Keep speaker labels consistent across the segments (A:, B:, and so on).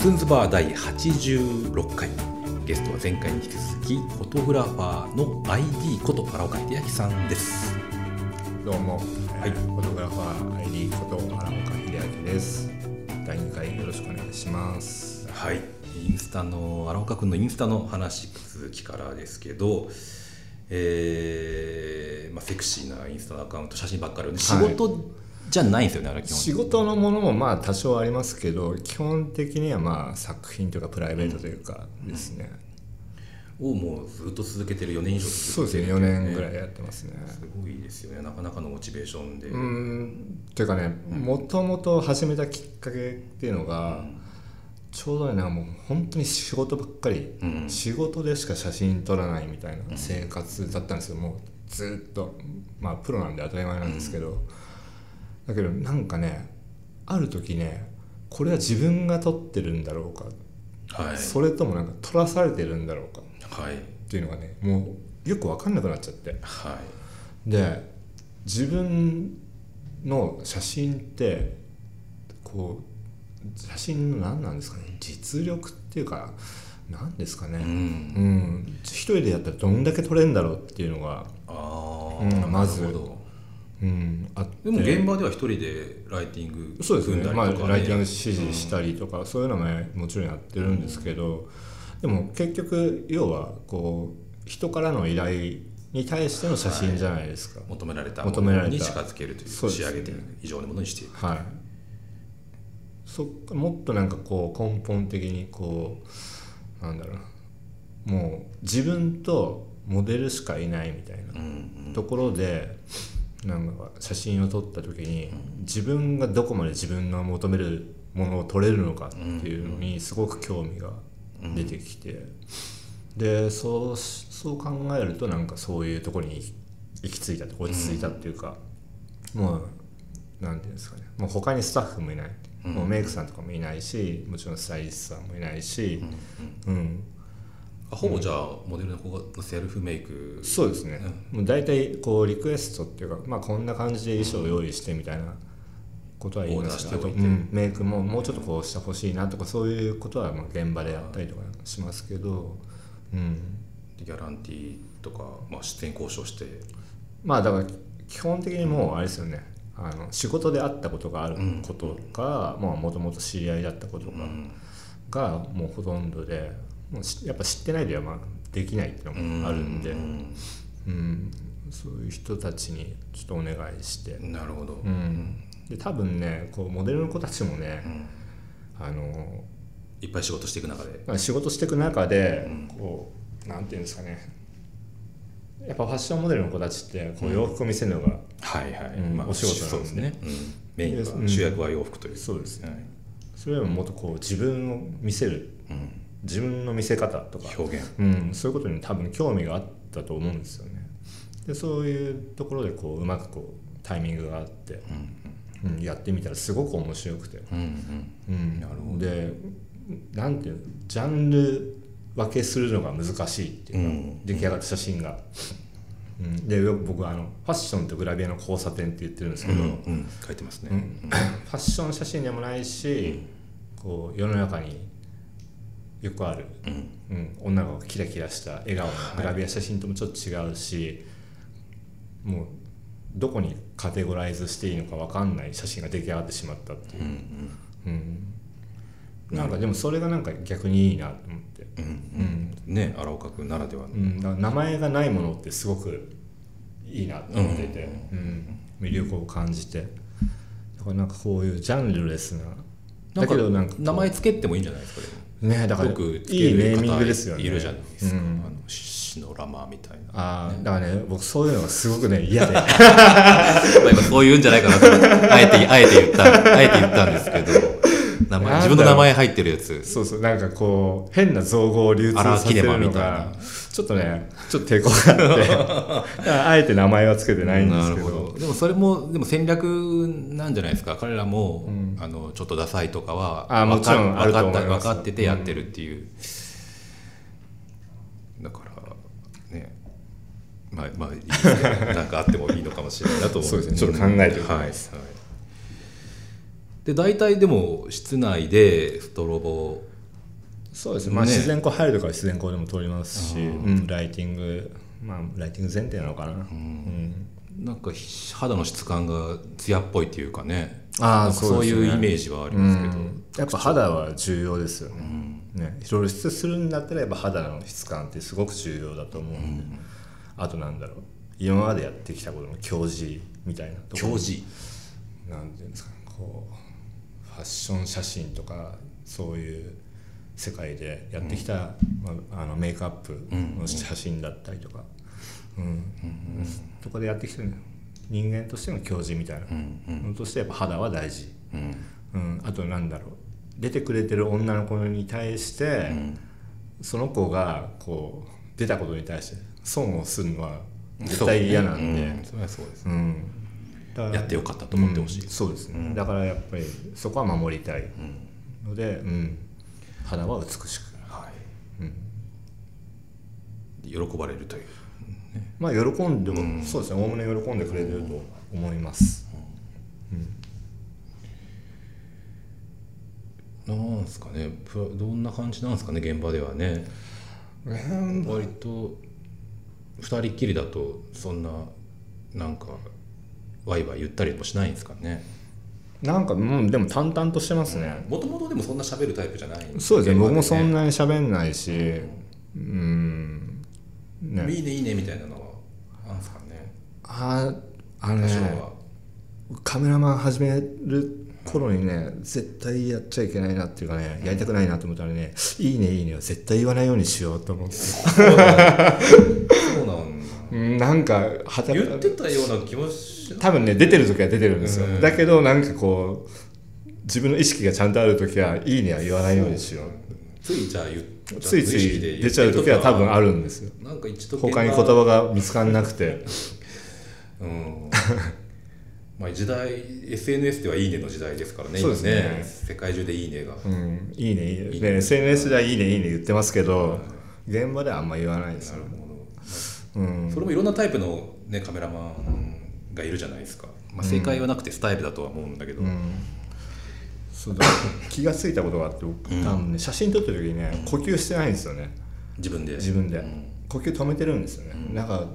A: ズンズバー第86回ゲストは前回に引き続きフォトグラファーの ID こと荒岡秀明さんです
B: どうも、はいい、フォトグラファー ID こと荒岡秀明です。第2回よろしくお願いします。
A: はいインスタの荒岡君のインスタの話続きからですけどえーまあ、セクシーなインスタのアカウント写真ばっかりで仕事じゃないんですよね、あれ基本
B: 仕事のものもまあ多少ありますけど、基本的にはまあ作品というかプライベートというかですね。
A: をもうずっと続けてる4年以上
B: そう
A: 続
B: で
A: け
B: す
A: て
B: ね、
A: る
B: 4年ぐらいやってますね。
A: すごいですよねなかなかのモチベーションで、
B: うーん、というかね、もともと始めたきっかけっていうのが、ちょうどね、なんかもう本当に仕事ばっかり、
A: うん
B: 仕事でしか写真撮らないみたいな生活だったんですよもうずっとまあプロなんで当たり前なんですけど、だけどなんかねある時ねこれは自分が撮ってるんだろうか、
A: はい
B: それともなんか撮らされてるんだろうかっ
A: はい
B: ていうのがねもうよく分かんなくなっちゃって
A: はい
B: で自分の写真ってこう写真の何なんですかね実力っていうか何ですかね、
A: うん
B: うん、一人でやったらどんだけ取れるんだろうっていうのが、
A: ああ、
B: うんまず
A: なるほど
B: うん、あって
A: でも現場では一人でライティング
B: そうですね
A: 組んだり
B: まあ、
A: とかね
B: ライティング指示したりとか、そういうのももちろんやってるんですけど、でも結局要はこう人からの依頼に対しての写真じゃないですか、
A: 求められたも
B: 求め
A: の
B: られた
A: に近づけるという
B: そうです
A: 仕
B: ね
A: 上げていく以上のものにしていく
B: はい、そっかもっとなんかこう根本的にこうなんだろうなもう自分とモデルしかいないみたいな
A: うんうん
B: ところでなんか写真を撮った時に自分がどこまで自分の求めるものを撮れるのかっていうのにすごく興味が出てきてでそうしそう考えるとなんかそういうところに行き着いた落ち着いたっていうかもうなんていうんですかねもう他にスタッフもいないもうメイクさんとかもいないしもちろんスタイリストさんもいないし、うん、
A: あほぼじゃあモデルの子がセルフメイク
B: そうですね、もう大体こうリクエストっていうか、まあ、こんな感じで衣装を用意してみたいなことは言いますけ
A: オーダ
B: ど、
A: ーしておいて
B: うんメイクももうちょっとこうしてほしいなとかそういうことはまあ現場でやったりとかしますけど、うん、
A: でギャランティーとか、まあ、出演交渉して
B: まあだから基本的にもうあれですよねあの仕事で会ったことがあることかもともと知り合いだったことかがもうほとんどでもうしやっぱ知ってないではまあできないっていうのもあるんで。
A: うん
B: うん、そういう人たちにちょっとお願いして、
A: なるほど、
B: うん、で多分ねこうモデルの子たちもね、あの
A: いっぱい仕事していく中で
B: まあ仕事していく中で、こうなんていうんですかねやっぱファッションモデルの子たちってこう洋服を見せるのが、
A: はいはい、
B: うんお仕事
A: そう
B: なん
A: で
B: ですす
A: ね
B: ね、
A: うんメイン
B: う
A: は
B: ん
A: 主役は洋服という、
B: そうです
A: はい
B: それよりももっとこう自分を見せる
A: うん、
B: 自分の見せ方とか、
A: 表現
B: うん、そういうことに多分興味があったと思うんですよね。でそういうところでこううまくこうタイミングがあって、うんやってみたらすごく面白くて、
A: うんうん
B: うん
A: なる
B: でなんていうのジャンル分けするのが難しいっていうか、
A: うん
B: 出来上がった写真が、うん、でよく僕はあのファッションとグラビアの交差点って言ってるんですけど、
A: うんうん書いてますね、
B: ファッション写真でもないし、こう世の中によくある、うん女の子がキラキラした笑顔のグラビア写真ともちょっと違うし、もうどこにカテゴライズしていいのか分かんない写真が出来上がってしまったっていう、うんなんかでもそれがなんか逆にいいなと思って、うん
A: ね荒岡君ならではの、
B: うんだから名前がないものってすごくいいなと思っていて、うん魅力を感じてだからなんかこういうジャンルレスなだけどなんかこう
A: 名前つけてもいいんじゃないですかでも
B: ねだからいい
A: よくつけ
B: ネ
A: る
B: ー
A: 方
B: ミングですよね
A: いるじゃないですか、
B: うん
A: あのシノラマみたい な
B: あーだからね僕そういうのがすごくね 嫌で
A: まあ今そういうんじゃないかなと思ってあえてあえて言ったあえて言ったんですけど名前
B: なんだろう
A: 自分の名前入ってるやつ
B: そうそうなんかこう変な造語を流通
A: アラ
B: さ
A: ーキ
B: せ
A: ネ
B: る
A: マ
B: の
A: みたいな
B: がちょっとねちょっと抵抗があって だからあえて名前はつけてないんですけど
A: なるほどでもそれもでも戦略なんじゃないですか彼らも、あのちょっとダサいとかは
B: あもちろん
A: わか
B: あると
A: わかった
B: 思います
A: 分かっててやってるっていう、だからねまあまあいいですけ どなんかあってもいいのかもしれないなと思う
B: そうですねちょっと考えておき
A: はい、は
B: ま
A: い、で大体でも室内でストロボ
B: そうですね、まあ、
A: ね
B: 自然光入るとかは自然光でも撮りますし、
A: あー
B: うんライティングまあライティング前提なのかな、うん
A: なんか肌の質感が艶っぽいっていうかねな
B: あー
A: んかそう
B: そうです
A: い
B: ね
A: うイメージはありますけど、
B: やっぱ肌は重要ですよね,、ねいろいろ質するんだったらやっぱ肌の質感ってすごく重要だと思うんで、あとなんだろう今までやってきたことの教示みたいなところ
A: 教示
B: なんていうんですかねこうファッション写真とかそういう世界でやってきた、まあ、あのメイクアップの写真だったりとか、うんそこでやってきてる人間としての教示みたいな、のとしてやっぱ肌は大事、うんあとなんだろう出てくれてる女の子に対して、その子がこう出たことに対して損をするのは絶対嫌なん
A: そ
B: で。
A: う,、うんそれはそうです、
B: うんだから
A: やってよかったと思ってほしい、
B: うんそうですね、だからやっぱりそこは守りたいので、うん肌は美しく
A: はい喜ばれるという
B: まあ喜んでも、そうですねおおむね喜んでくれてると思います、
A: なんですかねプラどんな感じなんですかね現場ではね割と二人っきりだとそんななんかワイワイ言ったりもしないんですかね
B: なんかうんでも淡々としてますね、
A: もともとでもそんな喋るタイプじゃない
B: そうですね僕もそん
A: な、
B: なに喋んないしうんね
A: いいねいいねみたいなのはなんですかね
B: あーあ
A: 多
B: のね
A: 少 は、
B: カメラマン始める頃にね絶対やっちゃいけないなっていうかねやりたくないなと思ったらね「いいねいいね」を絶対言わないようにしようと思って
A: そうなんだ
B: うんなんかはた
A: 言ってたような気もし
B: 多分ね出てる時は出てるんですよ、
A: うん
B: だけどなんかこう自分の意識がちゃんとある時は「いいね」は言わないようにしよ
A: ついじゃあ言っ
B: うついつい出ちゃう時は多分あるんですよ
A: なんか一度
B: 他に言葉が見つかんなく て
A: うん まあ時代 SNS ではいいねの時代ですからね
B: そうですね
A: 今世界中でいいねが、
B: 「うん、いいねいいね」ね SNS では「いいねいいね」言ってますけど現場ではあんま言わないです
A: な
B: よ
A: る、ほ
B: うん
A: ど、それもいろんなタイプの、ね、カメラマンがいるじゃないですか、まあ、正解はなくてスタイルだとは思うんだけど、
B: そうだ気が付いたことがあって僕多分ね写真撮ってる時にね呼吸してないんですよね
A: 自分で
B: 自分で呼吸止めてるんですよねなんか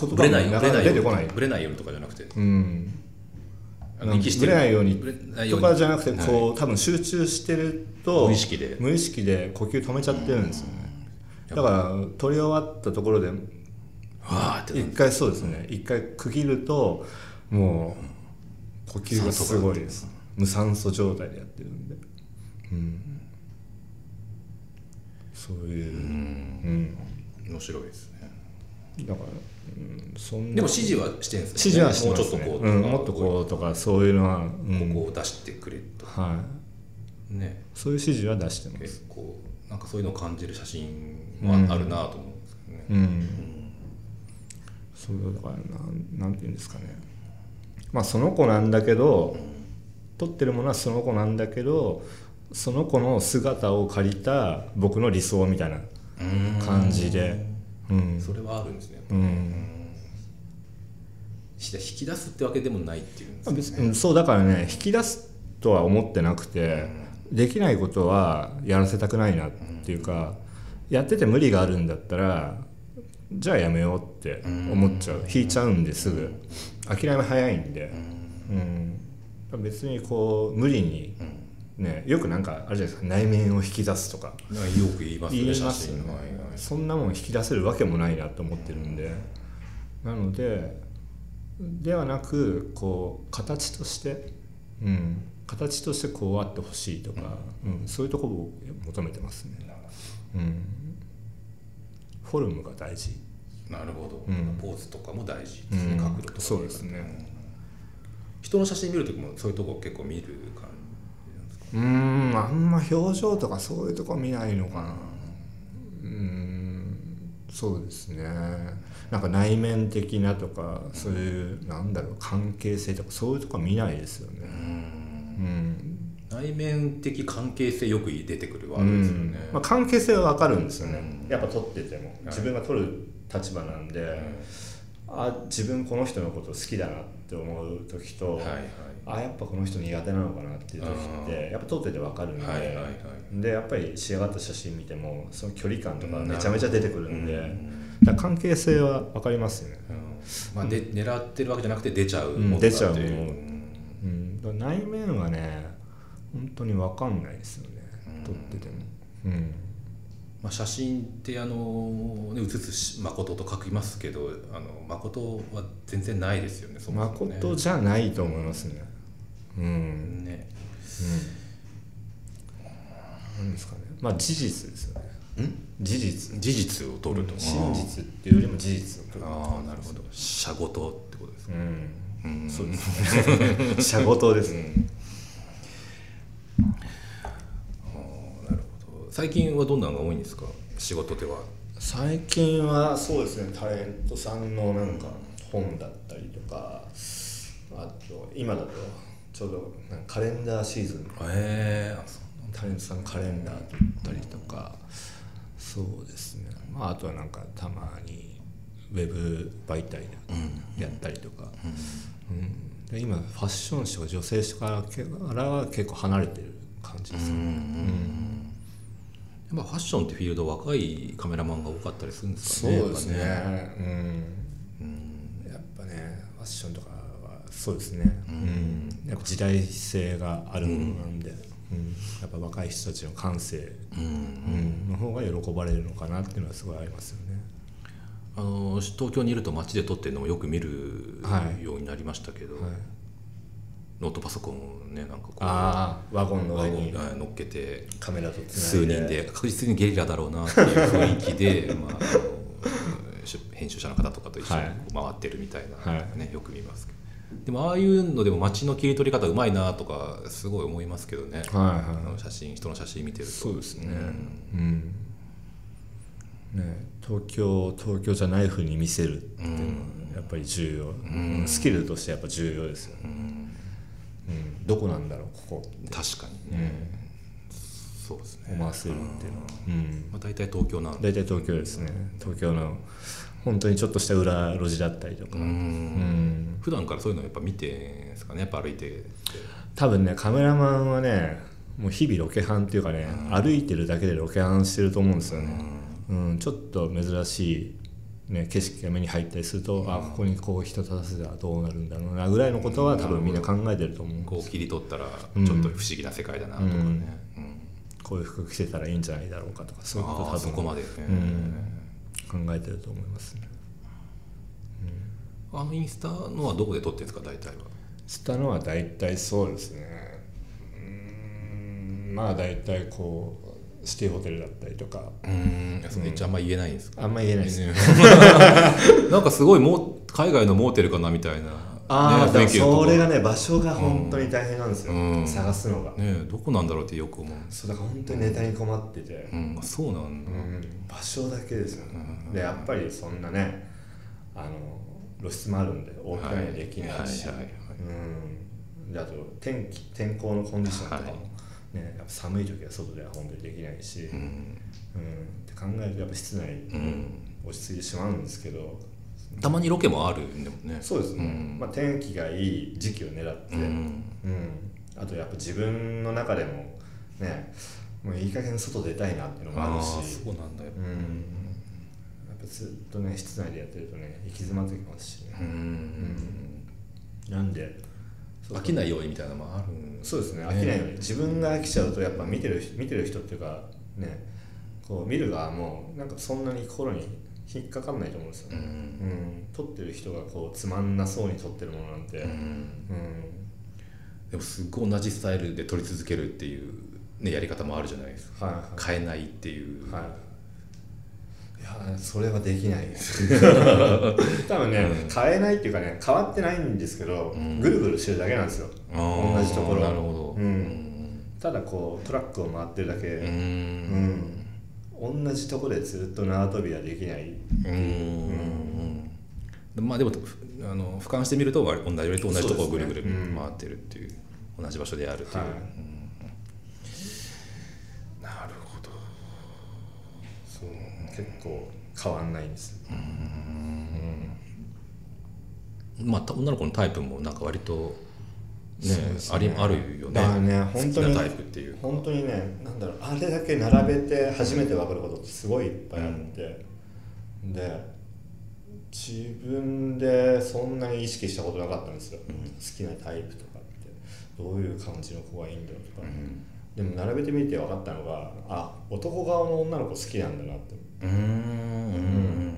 B: 言葉
A: ぶれない
B: も
A: よ
B: な
A: ぶ
B: か
A: れ
B: な
A: な
B: か
A: いよ
B: 出てこないう
A: ぶれないようにとかじゃなくて
B: うん
A: あの息して
B: ぶれないように
A: ぶれないよ
B: と
A: うに
B: かじゃなくて
A: はい
B: こう多分集中してると
A: 無意識で
B: 無意識で呼吸止めちゃってるんですよねだから撮り終わったところで
A: わーってな
B: 一
A: る
B: 回そうですね一回区切るともう呼吸がすごいです無酸素状態でやってるんでうんそういう
A: う
B: うんん
A: 面白いですね
B: だから、うん、そんな
A: でも指示はしてるんで
B: 指
A: す
B: 示
A: よね
B: はしてますね
A: もうちょっとこう、
B: うん、もっとこうとかそういうのは、うん
A: ここを出してくれと
B: はい
A: ね
B: そういう指示は出してます
A: 結構なんかそういうのを感じる写真はあるなと思うんですけどね、
B: うん、そうだからなんなんていうんですかねまあその子なんだけど、撮ってるものはその子なんだけどその子の姿を借りた僕の理想みたいな感じでうん
A: それはあるんですね、
B: うん
A: し引き出すってわけでもないっていうんです
B: まあ
A: ね
B: 別にうんそうだからね引き出すとは思ってなくてできないことはやらせたくないなっていうかやってて無理があるんだったらじゃあやめようって思っちゃう引いちゃうんですぐ諦め早いんでうん別にこう無理にねよくなんかあるじゃないですか内面を引き出すとか
A: なんかよく言いますよ
B: 言
A: ね
B: いま
A: 写
B: すよ
A: 真
B: ね
A: の場合は
B: そんなもん引き出せるわけもないなと思ってるんでなのでではなくこう形として、うん、形としてこうあってほしいとか、うんそういうところを求めてますね、うん、フォルムが大事
A: なるほど、
B: うん
A: ポーズとかも大事ですね、
B: うん
A: 角度とか
B: そうですね
A: 人の写真見るときもそういうとこ結構見る感じなんですか
B: うんあんま表情とかそういうとこ見ないのかなうんそうですねなんか内面的なとかそういうなんだろう関係性とかそういうとこは見ないですよねうん、
A: 内面的関係性よく出てくるワ
B: う
A: ードですよ
B: ん
A: ね、
B: まあ、関係性はわかるんですよねやっぱ撮ってても自分が撮る立場なんで、あ自分この人のこと好きだなって思う時と、
A: はいはい
B: あやっぱこの人苦手なのかなっていう時ってやっぱ撮ってて分かるんで、
A: はいはいはい
B: でやっぱり仕上がった写真見てもその距離感とか
A: うん
B: めちゃめちゃ出てくるんで、
A: うん
B: だから関係性は分かりますよね、
A: うんまあで狙ってるわけじゃなくて出ちゃう
B: うん
A: ものだって
B: 出ちゃうも
A: い
B: の
A: ううん
B: うん、だから内面はね本当に分かんないですよね
A: うん
B: 撮ってても、うん、
A: まあ、写真ってあの、ね、写すし誠と書きますけどあの誠は全然ないですよねそもそもね
B: 誠じゃないと思いますねうん、うん
A: ね
B: なんですかねまあ事実ですよね
A: ん
B: 事実
A: 事実を取ると
B: 真実っていうよりも事実を取る
A: ああなるほど社ごとってことですか、
B: うん
A: うん
B: そうですね社ごとですね
A: なるほど最近はどんなのが多いんですか仕事では
B: 最近はそうですねタレントさんのなんか本だったりとかあと今だとちょうどなんかカレンダーシーズン
A: ええあそう
B: タレントさんのカレンダーだったりとかそうですねまああとはなんかたまにウェブ媒体でやったりとか、うんで今ファッション誌は女性誌からけからは結構離れてる感じですね、
A: やっぱファッションってフィールド若いカメラマンが多かったりするんです
B: そ
A: か
B: う
A: ね
B: ですね
A: やっ
B: うんやっぱねファッションとかはそうですね、うんやっぱ時代性があるものなんで、うんやっぱ若い人たちの感性、
A: ぱねうん
B: うんの方が喜ばれるのかなっていうのはすごいありますよね
A: あの東京にいると街で撮ってるのもよく見る
B: はい
A: ようになりましたけど、
B: はい
A: ノートパソコンをねなんかこう
B: ああワゴンの
A: ワ
B: 上
A: ゴン
B: に
A: が乗っけて
B: カメラとつないで
A: 数人で確実にゲリラだろうなっていう雰囲気 で、まあ、あのし編集者の方とかと一緒に
B: はい
A: こう回ってるみたいな、
B: は
A: ねよく見ますけどでもああいうのでも街の切り取り方うまいなとかすごい思いますけどね、
B: はい
A: あの
B: は
A: 写真人の写真見てる
B: い
A: と
B: そうですね
A: うん
B: うんね東京を東京じゃないふうに見せるっていうのはやっぱり重要、スキルとしてやっぱ重要ですよね、うんどこなんだろうここ
A: 確かに
B: う
A: ね、
B: ん
A: そうですね、
B: 思わせるっていうのは、うん
A: まあ、大体東京なので
B: 大体東京ですね東京の本当にちょっとした裏路地だったりとか、
A: う
B: うんん、
A: 普段からそういうのやっぱ見てんですかねやっぱ歩いてて
B: 多分ねカメラマンはねもう日々ロケハンっていうかね、歩いてるだけでロケハンしてると思うんですよね、うんちょっと珍しい、ね、景色が目に入ったりすると、あここにこう人立たせたらどうなるんだろうなぐらいのことは多分みんな考えてると思う、こ
A: こう切り取ったらちょっと不思議な世界だなとかね、うん
B: ういう服着てたらいいんじゃないだろうかとかそういうこと
A: ああ
B: 多
A: そ
B: 分
A: こまでね、
B: 考えてると思いますね
A: あのインスタのはどこで撮ってるんですか大体は
B: 釣ったのは大体そうですねうーんまあ大体こうシティホテルだったりとか
A: うんそれ一応あんま言えないんですか、
B: あんま言えないですね
A: なんかすごいもう海外のモーテルかなみたいな
B: ああ、
A: ね雰
B: でも
A: 囲気のとこ
B: それがね場所が本当に大変なんですよ、
A: うん
B: 探すのが、
A: ねどこなんだろうってよく思う、
B: そうだから本当にネタに困ってて
A: う、ん、そうなんだ、
B: うん場所だけですよね、でやっぱりそんなねあの露出もあるんで大きなにはできないし、
A: はいはいはい
B: うんであと天気天候のコンディションとかも、
A: はい
B: ね、やっぱ寒い時は外では本当にできないし、う
A: うんん
B: って考えるとやっぱ室内に落ち着いてしまうんですけど、
A: たまにロケもあるんでもね
B: そうですね、
A: うん
B: まあ、天気がいい時期を狙って、
A: うん
B: うん、あとやっぱ自分の中でもねもういい加減外出たいなっていうのもあ
A: あ
B: る
A: あ
B: し
A: そうなんだよ
B: うんやっぱずっとね室内でやってるとね行き詰まってきますし
A: う
B: ね、
A: ん
B: なんで
A: 飽きないようにみたいなのもあるん
B: そうですね飽きないように自分が飽きちゃうとやっぱ見てる人見てる人っていうかねこう見る側もなんかそんなに心に引っかかんないと思うんですよ
A: う
B: ね、
A: ん
B: うん、撮ってる人がこうつまんなそうに撮ってるものなんて、
A: うん
B: うん、
A: でもすっごい同じスタイルで撮り続けるっていう、ね、やり方もあるじゃないですか
B: はいはい
A: 変えないっていう、
B: はい。いやそれはできないです 多分ね、変えないっていうかね変わってないんですけど、
A: うん
B: ぐるぐるしてるだけなんですよ
A: あー
B: 同じところ
A: なるほど
B: うんただこうトラックを回ってるだ
A: う
B: け、
A: ん
B: 同じとこでずっと縄跳びはできな
A: う
B: い
A: んうんまあでもあの俯瞰してみると割同じよりと同じところをぐるぐる
B: そうですねうん
A: 回ってるっていう同じ場所でやるっていう、
B: はい
A: うんなるほど
B: そう結構変わんないんです、
A: うんまあ、女の子のタイプもなんか割とね
B: そうですね
A: ありあるよね
B: だからね
A: 好
B: 本
A: き
B: 当に
A: なタイプっていう
B: 本当にねなんだろうあれだけ並べて初めて分かることってすごいいっぱいあって、で自分でそんなに意識したことなかったんですよ、好きなタイプとかってどういう感じの子がいいんだろうとか、でも並べてみて分かったのがあ男側の女の子好きなんだなって
A: うんうんうん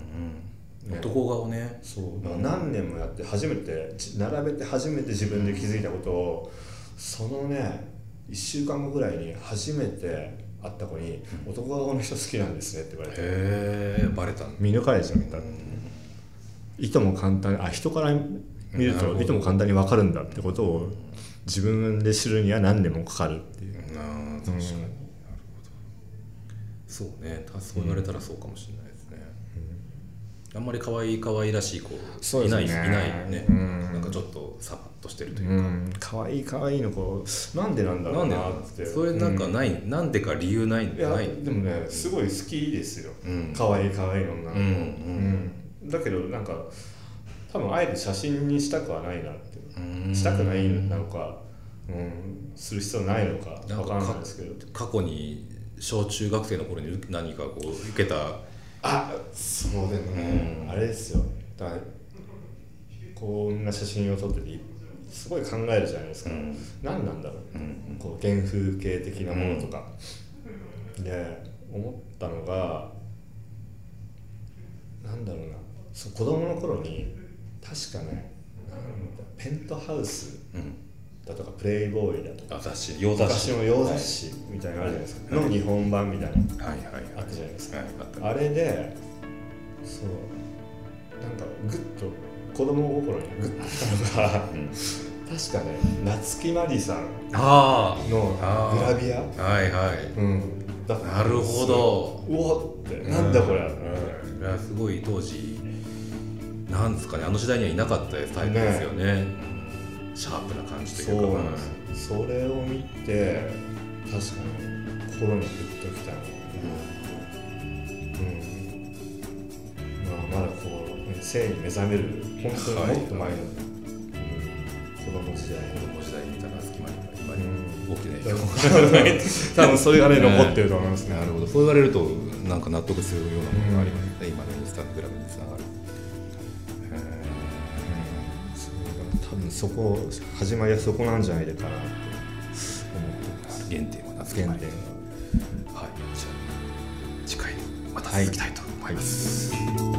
B: ね
A: 男顔ね
B: そうだから何年もやって初めてじ並べて初めて自分で気づいたことをそのね1週間後ぐらいに初めて会った子に「男側の人好きなんですね」って言われて
A: へえバレたの
B: 見抜かれちゃったいとも簡単にあ人から見る
A: なるほ
B: と
A: ど
B: いとも簡単に分かるんだってことを自分で知るには何年もかかるっていう、
A: なあ確か
B: うん
A: にそうねたそう言われたらそうかもしれないですね、あんまり可愛い可愛らしい子
B: そう
A: いない
B: ですね
A: いないね、
B: うん
A: なんかちょっとサバッとしてるといううか、
B: ん、かわいいかわいいの子なんでなんだ
A: な
B: ろうん
A: で
B: な
A: な
B: っ
A: ん
B: て
A: それなんかない、なんでか理由ないん
B: い
A: だ
B: や
A: ない
B: でもねすごい好きですよ、
A: うん
B: 可愛い可愛い女の子、
A: うん
B: うんだけどなんか多分あえて写真にしたくはないなっていう
A: うん
B: したくないなのか、うん、する必要ないのか
A: なんか
B: わからないですけど
A: 過去に小中学生の頃に何かこう受けた
B: あそうでもね、
A: うん
B: あれですよだからこんな写真を撮っててすごい考えるじゃないですか、
A: うん
B: 何なんだろ
A: う
B: う
A: ん
B: こう原風景的なものとか、で思ったのがなんだろうなそう子供の頃に確かねなんだペントハウス
A: うん
B: だとかプレイボーイだとか
A: あ雑誌洋雑
B: 昔
A: 誌
B: の洋雑誌みたいなのあるじゃないですか、の日本版みたいな
A: はいはいはい
B: あったじゃないですか
A: はいあった
B: あれでそうなんかグッと子供心にグッときたのが
A: うん
B: 確かね夏木マリさん
A: あ
B: の
A: あー
B: グラビア
A: あはいはい
B: うん、だ
A: なるほど
B: うわってなんだこれ、
A: うんいやすごい当時なんですかねあの時代にはいなかったタイプですよねうんシャープな感じと
B: そ
A: いう
B: う
A: か
B: なんですそれを見て確かに心にグッときたの、うんまあ、まだこう性に目覚める本当にもっと前の、うん、子供時代
A: 子供時代見たら隙間に今
B: う
A: に
B: ん
A: 大きな影響
B: 多分それがね残ってると思いますね
A: なるほどそう言われるとなんか納得するようなものがありますね、今のインスタグラムにつながる
B: そう多分そこ始まりはそこなんじゃないかなって思ってます
A: 原点は夏
B: 原点
A: 原点
B: が
A: はいじゃあ次回また続きたいと思います、
B: はい